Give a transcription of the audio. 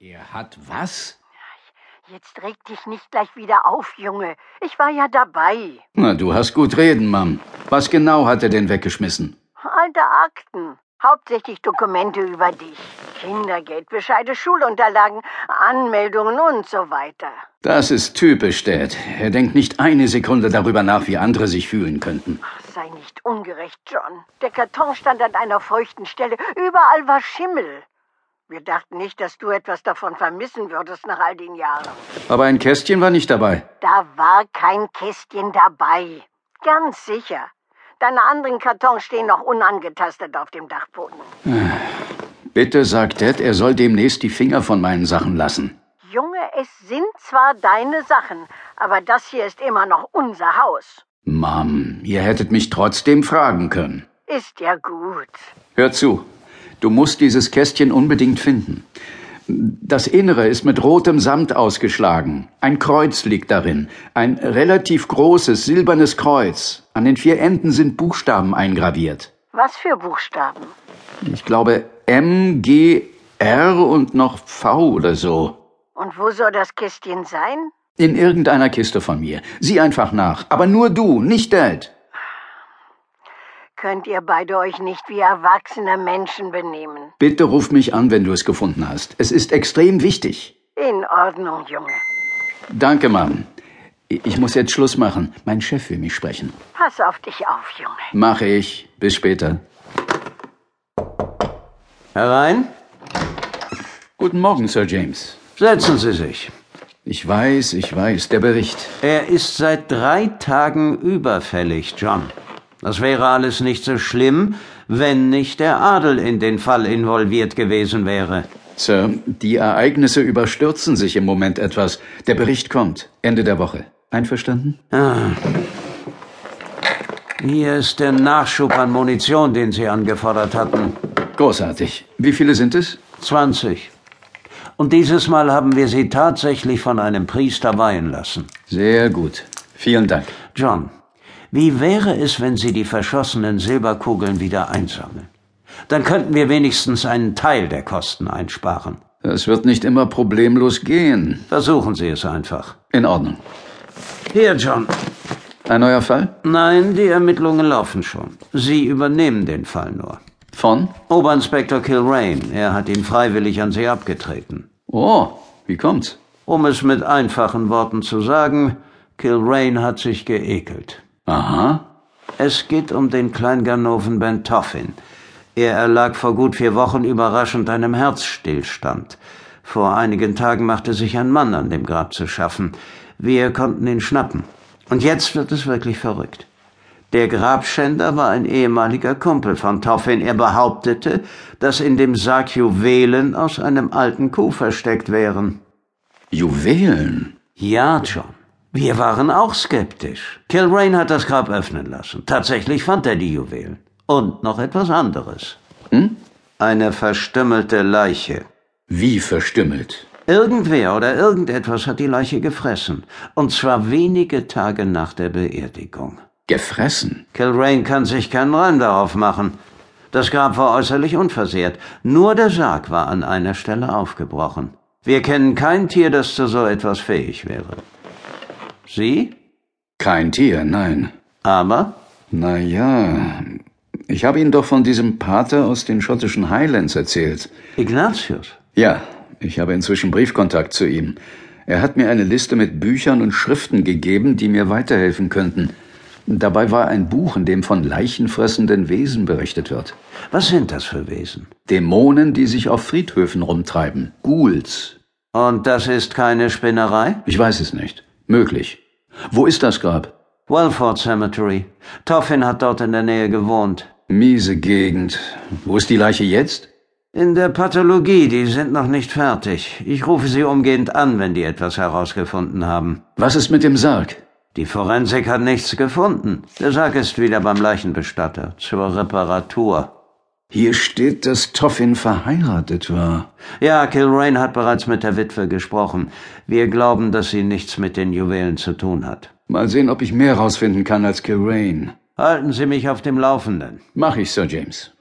Er hat was? Jetzt reg dich nicht gleich wieder auf, Junge. Ich war ja dabei. Na, du hast gut reden, Mom. Was genau hat er denn weggeschmissen? Alte Akten. Hauptsächlich Dokumente über dich. Kindergeld, Bescheide, Schulunterlagen, Anmeldungen und so weiter. Das ist typisch, Dad. Er denkt nicht eine Sekunde darüber nach, wie andere sich fühlen könnten. Ach, sei nicht ungerecht, John. Der Karton stand an einer feuchten Stelle. Überall war Schimmel. Wir dachten nicht, dass du etwas davon vermissen würdest nach all den Jahren. Aber ein Kästchen war nicht dabei. Da war kein Kästchen dabei. Ganz sicher. Deine anderen Kartons stehen noch unangetastet auf dem Dachboden. Bitte sag Dad, er soll demnächst die Finger von meinen Sachen lassen. Junge, es sind zwar deine Sachen, aber das hier ist immer noch unser Haus. Mom, ihr hättet mich trotzdem fragen können. Ist ja gut. Hör zu, du musst dieses Kästchen unbedingt finden. Das Innere ist mit rotem Samt ausgeschlagen. Ein Kreuz liegt darin. Ein relativ großes silbernes Kreuz. An den vier Enden sind Buchstaben eingraviert. Was für Buchstaben? Ich glaube M, G, R und noch V oder so. Und wo soll das Kästchen sein? In irgendeiner Kiste von mir. Sieh einfach nach. Aber nur du, nicht Dad. Könnt ihr beide euch nicht wie erwachsene Menschen benehmen? Bitte ruf mich an, wenn du es gefunden hast. Es ist extrem wichtig. In Ordnung, Junge. Danke, Mann. Ich muss jetzt Schluss machen. Mein Chef will mich sprechen. Pass auf dich auf, Junge. Mache ich. Bis später. Herein, Guten Morgen, Sir James. setzen Sie sich. Ich weiß, ich weiß, der Bericht. Er ist seit drei Tagen überfällig, John. Das wäre alles nicht so schlimm, wenn nicht der Adel in den Fall involviert gewesen wäre. Sir, die Ereignisse überstürzen sich im Moment etwas. Der Bericht kommt. Ende der Woche. Einverstanden? Hier ist der Nachschub an Munition, den Sie angefordert hatten. Großartig. Wie viele sind es? 20. Und dieses Mal haben wir sie tatsächlich von einem Priester weihen lassen. Sehr gut. Vielen Dank. John, wie wäre es, wenn Sie die verschossenen Silberkugeln wieder einsammeln? Dann könnten wir wenigstens einen Teil der Kosten einsparen. Das wird nicht immer problemlos gehen. Versuchen Sie es einfach. In Ordnung. Hier, John. Ein neuer Fall? Nein, die Ermittlungen laufen schon. Sie übernehmen den Fall nur. Von? Oberinspektor Kilrain, er hat ihn freiwillig an Sie abgetreten. Oh, wie kommt's? Um es mit einfachen Worten zu sagen, Kilrain hat sich geekelt. Aha. Es geht um den Kleinganoven Ben Toffin. Er erlag vor gut vier Wochen überraschend einem Herzstillstand. Vor einigen Tagen machte sich ein Mann an dem Grab zu schaffen. Wir konnten ihn schnappen. Und jetzt wird es wirklich verrückt. Der Grabschänder war ein ehemaliger Kumpel von Toffin. Er behauptete, dass in dem Sarg Juwelen aus einem alten Kuh versteckt wären. Juwelen. Ja, John. Wir waren auch skeptisch. Kilrain hat das Grab öffnen lassen. Tatsächlich fand er die Juwelen. Und noch etwas anderes. Hm? Eine verstümmelte Leiche. Wie verstümmelt. Irgendwer oder irgendetwas hat die Leiche gefressen. Und zwar wenige Tage nach der Beerdigung. Gefressen. Kilrain kann sich keinen Reim darauf machen. Das Grab war äußerlich unversehrt. Nur der Sarg war an einer Stelle aufgebrochen. Wir kennen kein Tier, das zu so etwas fähig wäre. Sie? Kein Tier, nein. Aber? Na ja, ich habe Ihnen doch von diesem Pater aus den schottischen Highlands erzählt. Ignatius. Ja, ich habe inzwischen Briefkontakt zu ihm. Er hat mir eine Liste mit Büchern und Schriften gegeben, die mir weiterhelfen könnten. Dabei war ein Buch, in dem von leichenfressenden Wesen berichtet wird. Was sind das für Wesen? Dämonen, die sich auf Friedhöfen rumtreiben. Ghouls. Und das ist keine Spinnerei? Ich weiß es nicht. Möglich. Wo ist das Grab? Wellford Cemetery. Toffin hat dort in der Nähe gewohnt. Miese Gegend. Wo ist die Leiche jetzt? In der Pathologie, die sind noch nicht fertig. Ich rufe sie umgehend an, wenn die etwas herausgefunden haben. Was ist mit dem Sarg? Die Forensik hat nichts gefunden. Der Sarg ist wieder beim Leichenbestatter zur Reparatur. Hier steht, dass Toffin verheiratet war. Ja, Kilrain hat bereits mit der Witwe gesprochen. Wir glauben, dass sie nichts mit den Juwelen zu tun hat. Mal sehen, ob ich mehr rausfinden kann als Kilrain. Halten Sie mich auf dem Laufenden. Mach ich, Sir James.